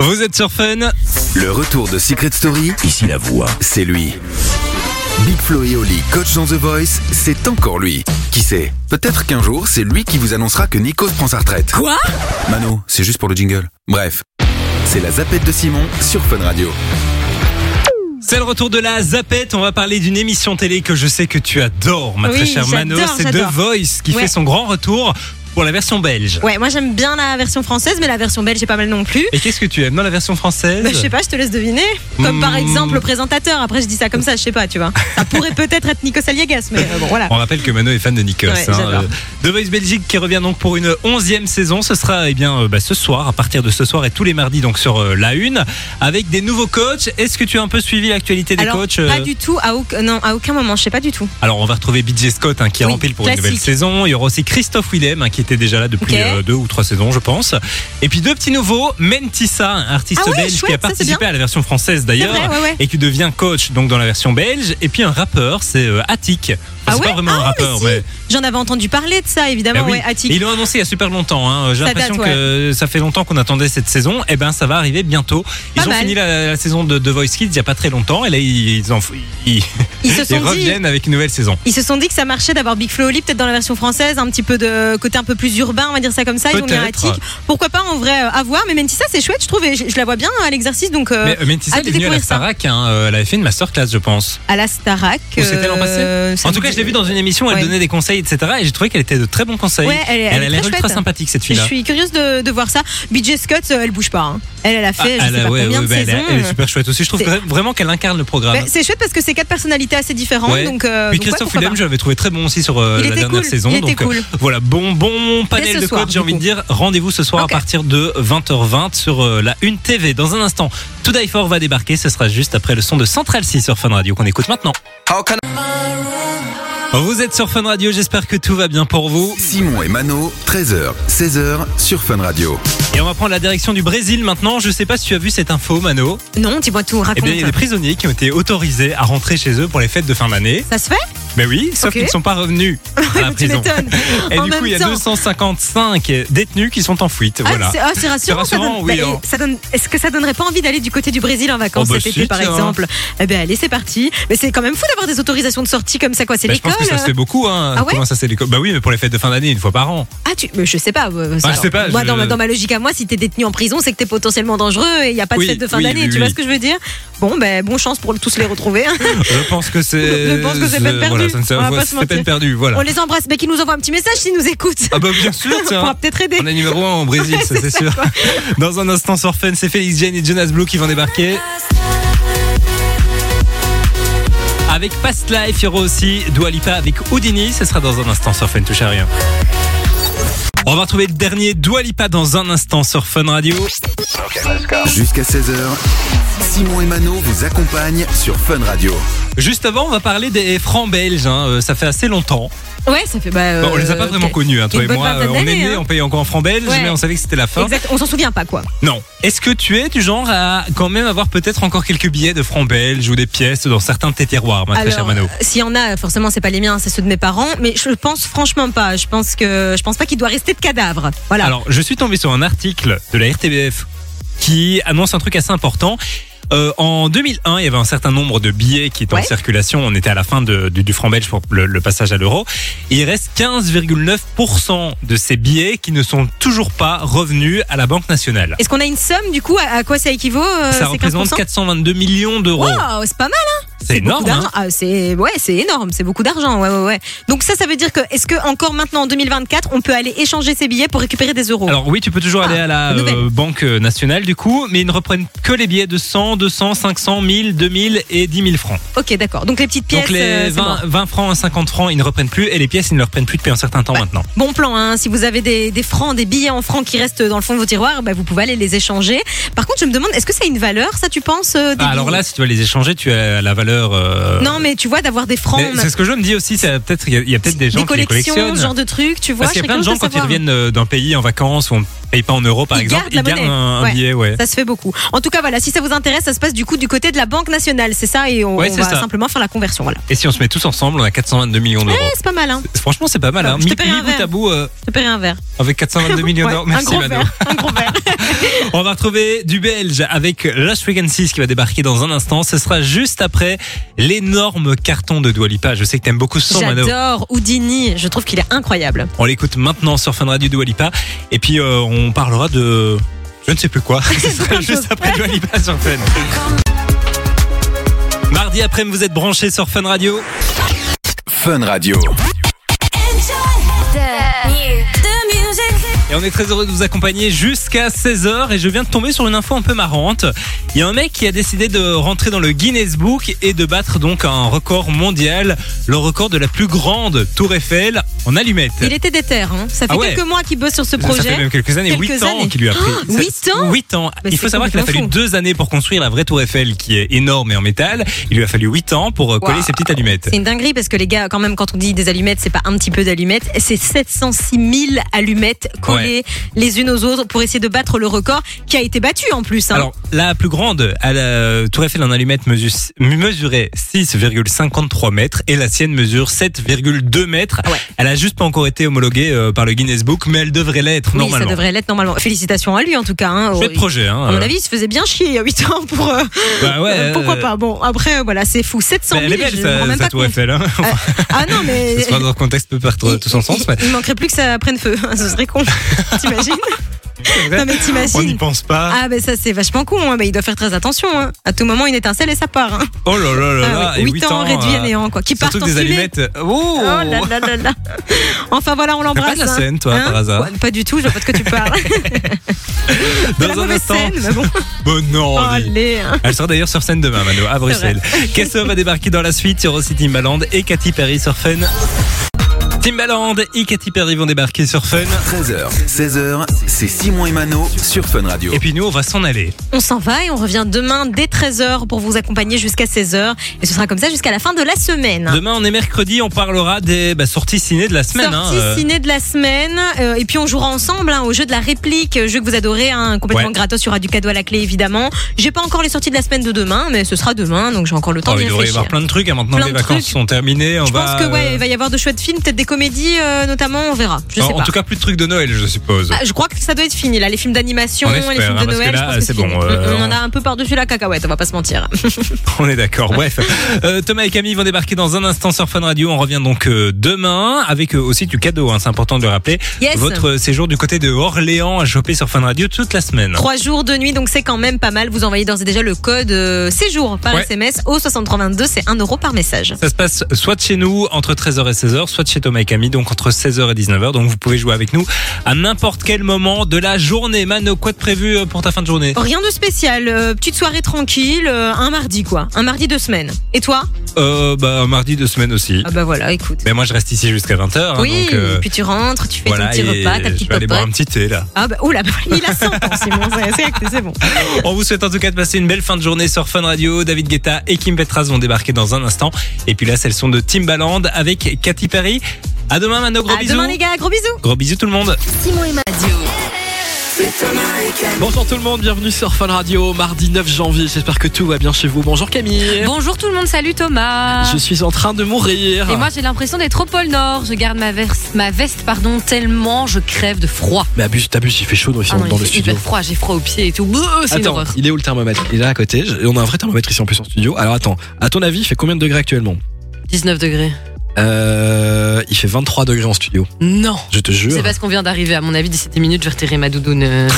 Vous êtes sur Fun le retour de Secret Story, ici la voix, c'est lui. Big Flo et Oli, coach dans The Voice, c'est encore lui. Qui sait Peut-être qu'un jour, c'est lui qui vous annoncera que Nikos prend sa retraite. Quoi Mano, c'est juste pour le jingle. Bref, c'est la zapette de Simon sur Fun Radio. C'est le retour de la Zapette. On va parler d'une émission télé que je sais que tu adores, ma Oui, très chère Mano. j'adore, C'est The j'adore. Voice qui Ouais. fait son grand retour. pour la version belge. Ouais, moi j'aime bien la version française, mais la version belge est pas mal non plus. Et qu'est-ce que tu aimes dans la version française Bah, je sais pas, je te laisse deviner. Comme par Hmm. exemple le présentateur. Après, je dis ça comme ça, je sais pas, tu vois. Ça pourrait peut-être être Nico Aliagas, mais euh, bon, voilà. On rappelle que Mano est fan de Nikos. Ouais, j'adore. The Voice Belgique qui revient donc pour une onzième saison. Ce sera eh bien euh, bah, ce soir, à partir de ce soir et tous les mardis donc sur euh, la une, avec des nouveaux coachs. Est-ce que tu as un peu suivi l'actualité des Alors, coachs euh, pas du tout, à aucun, non, à aucun moment, je sais pas du tout. Alors on va retrouver BJ Scott hein, qui est Oui, en pile pour une classique. nouvelle saison. Il y aura aussi Christophe Willem hein, qui était déjà là depuis Ok. euh, deux ou trois saisons je pense. Et puis deux petits nouveaux, Mentissa, un artiste Ah ouais, belge qui a chouette, ça, c'est participé à la version française d'ailleurs C'est vrai, ouais, ouais. et qui devient coach donc dans la version belge. Et puis un rappeur, c'est euh, Attic. Enfin, Ah c'est ouais pas vraiment un Ah, mais rappeur si. J'en avais entendu parler de ça, évidemment, Ben oui. ouais, Ah Attic. Ils l'ont annoncé il y a super longtemps. hein. J'ai Ça l'impression date, ouais. que ça fait longtemps qu'on attendait cette saison. Et ben, ça va arriver bientôt. Ils Pas ont mal. fini la, la saison de, de Voice Kids il y a pas très longtemps. Et là, ils, en, f- ils, Ils se ils sont dit. reviennent avec une nouvelle saison. Ils se sont dit que ça marchait d'avoir Big Flo et Oli peut-être dans la version française, un petit peu de côté un peu plus urbain, on va dire ça comme ça. Ils ont mis un Peut-être. Attic. Pourquoi pas en vrai euh, à voir, mais Mentissa c'est chouette, je trouve, et je, je la vois bien à l'exercice, donc euh, Mais euh, Mentissa, hâte elle de est venue à la découvrir ça. Starac. hein. Euh, Elle avait fait une masterclass, je pense. à la Starac. Ou c'était l'an passé euh, ça euh, En tout me cas, dit- je l'ai vue dans une émission. Elle ouais. donnait des conseils, etc. Et j'ai trouvé qu'elle était de très bons conseils. Ouais, elle est- elle a est l'air très ultra chouette. sympathique, cette Je fille-là. suis curieuse de, de voir ça. BJ Scott, euh, elle bouge pas. hein. Elle, elle a fait, Ah, je elle sais a- pas ouais, combien ouais, de bah, elle, saisons. est- elle est euh. super chouette aussi. Je trouve c'est- que- vraiment qu'elle incarne le programme. Mais C'est chouette parce que c'est quatre personnalités assez différentes. Ouais. Donc, euh, Puis donc ouais, Christophe pourquoi Willem, pas. je l'avais trouvé très bon aussi sur euh, Il la était dernière cool, saison. il était donc euh, cool. voilà, bon, bon panel Dès ce de soir, coachs, j'ai du envie de coup. dire. Rendez-vous ce soir Ok. à partir de 20h20 sur euh, la Une TV. Dans un instant, Tout Die For va débarquer. Ce sera juste après le son de Central 6 sur Fun Radio qu'on écoute maintenant. Vous êtes sur Fun Radio, j'espère que tout va bien pour vous. Simon et Mano, 13h, 16h sur Fun Radio. Et on va prendre la direction du Brésil maintenant. Je sais pas si tu as vu cette info, Mano. Non, tu vois tout, Eh raconte. bien, il y a des prisonniers qui ont été autorisés à rentrer chez eux pour les fêtes de fin d'année. ça se fait Mais oui, sauf Ok. qu'ils ne sont pas revenus à la Tu prison. m'étonnes. Oh, bah, Et en du même coup, il y a temps. 255 détenus qui sont en fuite. Ah, voilà. c'est- ah, c'est rassurant. C'est ça rassurant, donne- oui, bah, hein. ça donne- Est-ce que ça donnerait pas envie d'aller du côté du Brésil en vacances Oh, bah, cet été, si, par tiens. exemple Eh bien, allez, c'est parti. Mais c'est quand même fou d'avoir des autorisations de sortie comme ça, quoi. C'est Bah, je l'école. pense que ça se fait beaucoup. Hein. Ah ouais Comment ça, c'est l'école Bah oui, mais pour les fêtes de fin d'année, une fois par an. Ah, tu. mais je sais pas. euh, ça, Bah, je sais pas, Moi, je- dans, ma, dans ma logique à moi, si t'es détenu en prison, c'est que t'es potentiellement dangereux et il n'y a pas de Oui, fête de fin oui, d'année. oui, tu oui. vois ce que je veux dire Bon, ben, bon chance pour tous les retrouver. hein. Je pense que c'est. Je pense que c'est peine euh, Voilà, perdue. ça ne sert- On va voilà, pas se c'est mentir. peine perdue. Voilà. On les embrasse, mais qu'ils nous envoient un petit message s'ils nous écoutent. Ah bah bien sûr, On pourra tiens. peut-être aider. On est numéro 1 au Brésil, ça c'est sûr. Dans un instant sur Fun, c'est Félix Jane et Jonas Blue qui vont débarquer. Avec Past Life, il y aura aussi Dua Lipa avec Houdini. Ce sera dans un instant sur Fun, touche à rien. On va retrouver le dernier Dua Lipa dans un instant sur Fun Radio. Jusqu'à 16h, Simon et Mano vous accompagnent sur Fun Radio. Juste avant, on va parler des francs belges. hein. Euh, Ça fait assez longtemps. Ouais, ça fait. Bah, Bon, on les a euh, pas vraiment ok. connus, hein, toi une et bonne moi. Euh, vingtaine On est d'années, nés, hein. on payait encore en francs belges, Ouais. mais on savait que c'était la fin. Exact, on s'en souvient pas, quoi. Non. Est-ce que tu es du genre à quand même avoir peut-être encore quelques billets de francs belges ou des pièces dans certains de tes tiroirs, ma très chère Alors, Mano S'il y en a, forcément, c'est pas les miens, c'est ceux de mes parents. Mais je pense franchement pas. Je pense que je pense pas qu'il doit rester de cadavre. Voilà. Alors, je suis tombé sur un article de la RTBF qui annonce un truc assez important. Euh, en 2001, il y avait un certain nombre de billets qui étaient en Ouais. circulation. On était à la fin de- du, du franc belge pour le, le passage à l'euro. Il reste 15,9% de ces billets qui ne sont toujours pas revenus à la Banque nationale. Est-ce qu'on a une somme du coup à, à quoi ça équivaut euh, Ça ces représente 15% 422 millions d'euros. Wow, c'est pas mal. c'est beaucoup énorme. d'argent. hein. Ah, c'est ouais, c'est énorme. C'est beaucoup d'argent. Ouais, ouais, ouais. Donc ça, ça veut dire que est-ce que encore maintenant en 2024, on peut aller échanger ces billets pour récupérer des euros Alors oui, tu peux toujours Ah, aller à la nouvelle. euh, Banque nationale du coup, mais ils ne reprennent que les billets de 100, 200, 500, 1000, 2000 et 10 000 francs. Ok, d'accord. Donc les petites pièces. Donc les euh, c'est 20, 20 francs, 50 francs, ils ne reprennent plus et les pièces, ils ne les reprennent plus depuis un certain temps maintenant. Bon Bon plan, hein. si vous avez des, des francs, des billets en francs qui restent dans le fond de vos tiroirs, bah, vous pouvez aller les échanger. Par contre, je me demande, est-ce que ça a une valeur, ça, tu penses euh, des Ah, alors billets là, si tu vas les échanger, tu as la valeur... euh, Non, mais tu vois, d'avoir des francs. mais c'est ce que je me dis aussi, c'est peut-être il y a- il y a, peut-être des gens qui les collections, collectionnent. ce genre de trucs, tu vois. Parce qu'il y je a plein de serais gens quand ils curieuse de savoir. reviennent euh, d'un pays en vacances où on ne paye pas en euros par Ils exemple, gardent la ils gardent monnaie. un, un Ouais. billet, ouais. Ça se fait beaucoup. En tout cas, voilà, si ça vous intéresse, ça se passe du coup du côté de la Banque Nationale, c'est ça, et on, Ouais, on c'est va ça. simplement faire la conversion, voilà. Et si on se met tous ensemble, on a 422 millions d'euros. Ouais, c'est pas mal, hein. Franchement, c'est pas mal, Ouais, hein. je te Mi- paierai mi un bout à verre. bout, euh, Je te paierai un verre. avec 422 millions Ouais, d'euros. un Merci gros Mano. verre, un gros verre. On va retrouver du belge avec Lost Frequencies qui va débarquer dans un instant. Ce sera juste après l'énorme carton de Dualipa. Je sais que t'aimes beaucoup ce son, Mano. J'adore Houdini, je trouve qu'il est incroyable. On l'écoute maintenant sur Fun Radio Dualipa. Et puis, euh, on parlera de. Je ne sais plus quoi. Ce sera juste après Dualipa sur Fun. Mardi après, vous êtes branchés sur Fun Radio. Fun Radio. The new, the music. Et on est très heureux de vous accompagner jusqu'à 16h. Et je viens de tomber sur une info un peu marrante. Il y a un mec qui a décidé de rentrer dans le Guinness Book et de battre donc un record mondial, le record de la plus grande tour Eiffel en allumettes. Il était déter. Hein. Ça fait Ah ouais. quelques mois qu'il bosse sur ce Ça fait projet. même quelques années, Quelques 8 ans années. qu'il lui a pris. Oh, huit Ça- ans huit ans. Mais Il c'est faut savoir qu'il a fallu complètement deux années pour construire la vraie tour Eiffel qui est énorme et en métal. Il lui a fallu 8 ans pour euh, coller Waouh. ses petites allumettes. C'est une dinguerie parce que les gars, quand même, quand on dit des allumettes, c'est pas un petit peu d'allumettes, c'est 706 000 allumettes collées les unes aux autres pour essayer de battre le record qui a été battu en plus. hein. Alors, la plus grande, à la Tour Eiffel en allumette mesu- mesurait 6,53 mètres et la sienne mesure 7,2 mètres. Ah Ouais. Elle a juste pas encore été homologuée euh, par le Guinness Book, mais elle devrait l'être oui, ça normalement. devrait l'être normalement. Félicitations à lui en tout cas. hein. Chouette Oh, projet, hein. À mon euh, avis, il se faisait bien chier il y a 8 ans pour. euh, bah ouais, euh, pourquoi euh, pas Bon, après, euh, voilà, c'est fou. 700 mais 000, elle est belle, je me rends sa, même sa pas Tour compte. Eiffel. Hein. Enfin, Ah non, mais. ça se voit dans le contexte peut perdre il- tout son sens, il- mais Il manquerait plus que ça prenne feu. Ce serait con. T'imagines Non, mais on t'imagines n'y pense pas. Ah ben ça c'est vachement con, hein. Ben, il doit faire très attention. hein. À tout moment une étincelle et ça part. Hein. Oh là là là là, et 8, huit ans, réduit à euh, néant quoi. Qui part Surtout en que des fumée. allumettes. Oh Oh, là là là là. Enfin voilà, on T'as pas l'embrasse. de la hein. scène, toi, Hein par hasard. Ouais, Pas du tout, je vois pas de quoi tu parles. de la Dans un mauvaise instant. scène, mais bon. Bon, non. Oh, dis. allez, hein. Elle sera d'ailleurs sur scène demain, Mano, à Bruxelles. Kesso va débarquer dans la suite sur aussi Timbaland et Katy Perry sur Fun. Timbaland et Katy Perry vont débarquer sur Fun. 13h, 16h, c'est Simon et Mano sur Fun Radio. Et puis nous, on va s'en aller. On s'en va et on revient demain dès 13h pour vous accompagner jusqu'à 16h. Et ce sera comme ça jusqu'à la fin de la semaine. Demain, on est mercredi, on parlera des bah, sorties ciné de la semaine. hein, Sortie euh. ciné de la semaine. Euh, et puis on jouera ensemble hein, au jeu de la réplique, euh, jeu que vous adorez, hein, complètement Ouais. gratos. Il y aura du cadeau à la clé évidemment. J'ai pas encore les sorties de la semaine de demain, mais ce sera demain, donc j'ai encore le temps Oh, d'y il devrait y réfléchir. avoir plein de trucs. hein, Maintenant, Plein les de vacances trucs. sont terminées. On je va, pense que ouais, euh, il va y avoir de chouettes films, peut-être des comédies euh, notamment, on verra. Je en, sais en pas. tout cas, plus de trucs de Noël, je suppose. Ah, je crois que ça doit être fini là, les films d'animation, On les espère, films hein, de parce que Noël. là, je pense que c'est fini. bon, euh, on en a un peu par-dessus la cacahuète, on va pas se mentir. On est d'accord, bref. Euh, Thomas et Camille vont débarquer dans un instant sur Fun Radio. On revient donc euh, demain avec euh, aussi du cadeau, hein, c'est important de le rappeler. Yes. Votre euh, séjour du côté de Orléans à choper sur Fun Radio toute la semaine. Trois jours de nuit, donc c'est quand même pas mal. Vous envoyez d'ores et déjà le code euh, séjour par Ouais. SMS au 6322, c'est 1 euro par message. Ça se passe soit chez nous entre 13h et 16h, soit chez Thomas et Camille, donc entre 16h et 19h. Donc vous pouvez jouer avec nous à n'importe quel moment de la journée. Mano, quoi de prévu euh, pour ta fin de journée Rien de spécial, euh, petite soirée tranquille, euh, un mardi quoi, un mardi de semaine. Et toi euh, bah, Mardi de semaine aussi. Ah bah voilà, écoute. Mais moi je reste ici jusqu'à 20h. oui, donc, euh, puis tu rentres, tu fais voilà, ton petit et repas, ta je petite vais aller boire un popote. petit thé là. Ah bah oula, il a 100 ans Simon, c'est- c'est acté, c'est bon. On vous souhaite en tout cas de passer une belle fin de journée sur Fun Radio. David Guetta et Kim Petras vont débarquer dans un instant. Et puis là, c'est le son de Timbaland avec Katy Perry. À demain, Mano. Gros à bisous. demain les gars, gros bisous Gros bisous tout le monde. Simon et Madio. Bonjour tout le monde, bienvenue sur Fun Radio, mardi 9 janvier, j'espère que tout va bien chez vous. Bonjour Camille. Bonjour tout le monde, salut Thomas. Je suis en train de mourir. Et moi j'ai l'impression d'être au pôle Nord. Je garde ma veste, ma veste pardon, tellement je crève de froid. Mais abuse, t'abuses, il fait chaud dans, ici, Ah non, dans il le fait hyper studio. froid, j'ai froid aux pieds et tout. Bleu, C'est une Attends, horreur. il est où le thermomètre Il est là à côté. Je- On a un vrai thermomètre ici en plus en studio. Alors attends, à ton avis, il fait combien de degrés actuellement 19 degrés. Euh, Il fait 23 degrés en studio. Non. Je te jure. C'est parce qu'on vient d'arriver, à mon avis, d'ici 10 minutes, je vais retirer ma doudoune. euh,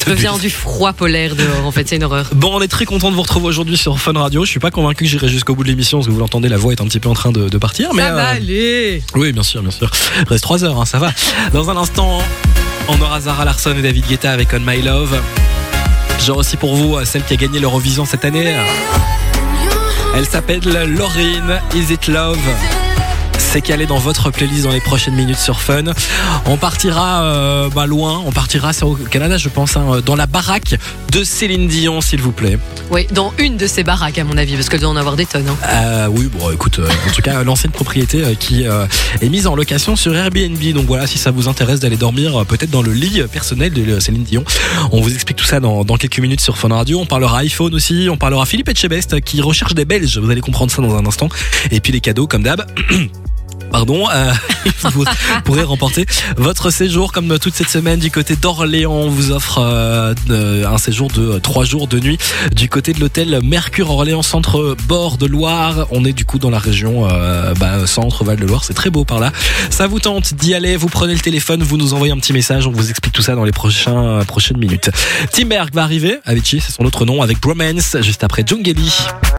Je T'abuses. viens du froid polaire dehors, en fait, c'est une horreur. Bon, on est très content de vous retrouver aujourd'hui sur Fun Radio. Je suis pas convaincu que j'irai jusqu'au bout de l'émission parce que vous l'entendez, la voix est un petit peu en train de, de partir. Mais Ça va euh, aller. Oui, bien sûr, bien sûr. Reste 3 heures, hein, ça va. Dans un instant, on aura Zara Larson et David Guetta avec On My Love. Genre aussi pour vous, euh, celle qui a gagné l'Eurovision cette année. Elle s'appelle Laurine Is It Love. C'est calé dans votre playlist dans les prochaines minutes sur Fun. On partira euh, bah, loin, on partira sur- au Canada, je pense, hein, dans la baraque de Céline Dion, s'il vous plaît. Oui, dans une de ces baraques, à mon avis, parce qu'elle doit en avoir des tonnes. hein. Euh, oui, bon, écoute, euh, en tout cas, euh, l'ancienne propriété euh, qui euh, est mise en location sur Airbnb. Donc voilà, si ça vous intéresse d'aller dormir euh, peut-être dans le lit euh, personnel de euh, Céline Dion, on vous explique tout ça dans, dans quelques minutes sur Fun Radio. On parlera iPhone aussi, on parlera Philippe Etchebest euh, qui recherche des Belges. Vous allez comprendre ça dans un instant. Et puis les cadeaux, comme d'hab. Pardon, euh, vous pourrez remporter votre séjour comme toute cette semaine du côté d'Orléans. On vous offre euh, euh, un séjour de euh, trois jours de nuit du côté de l'hôtel Mercure Orléans Centre Bord de Loire. On est du coup dans la région euh, bah, Centre Val de Loire, c'est très beau par là. Ça vous tente d'y aller, vous prenez le téléphone, vous nous envoyez un petit message, on vous explique tout ça dans les prochains euh, prochaines minutes. Tim Berg va arriver, Avicii c'est son autre nom avec Bromance juste après Jungeli.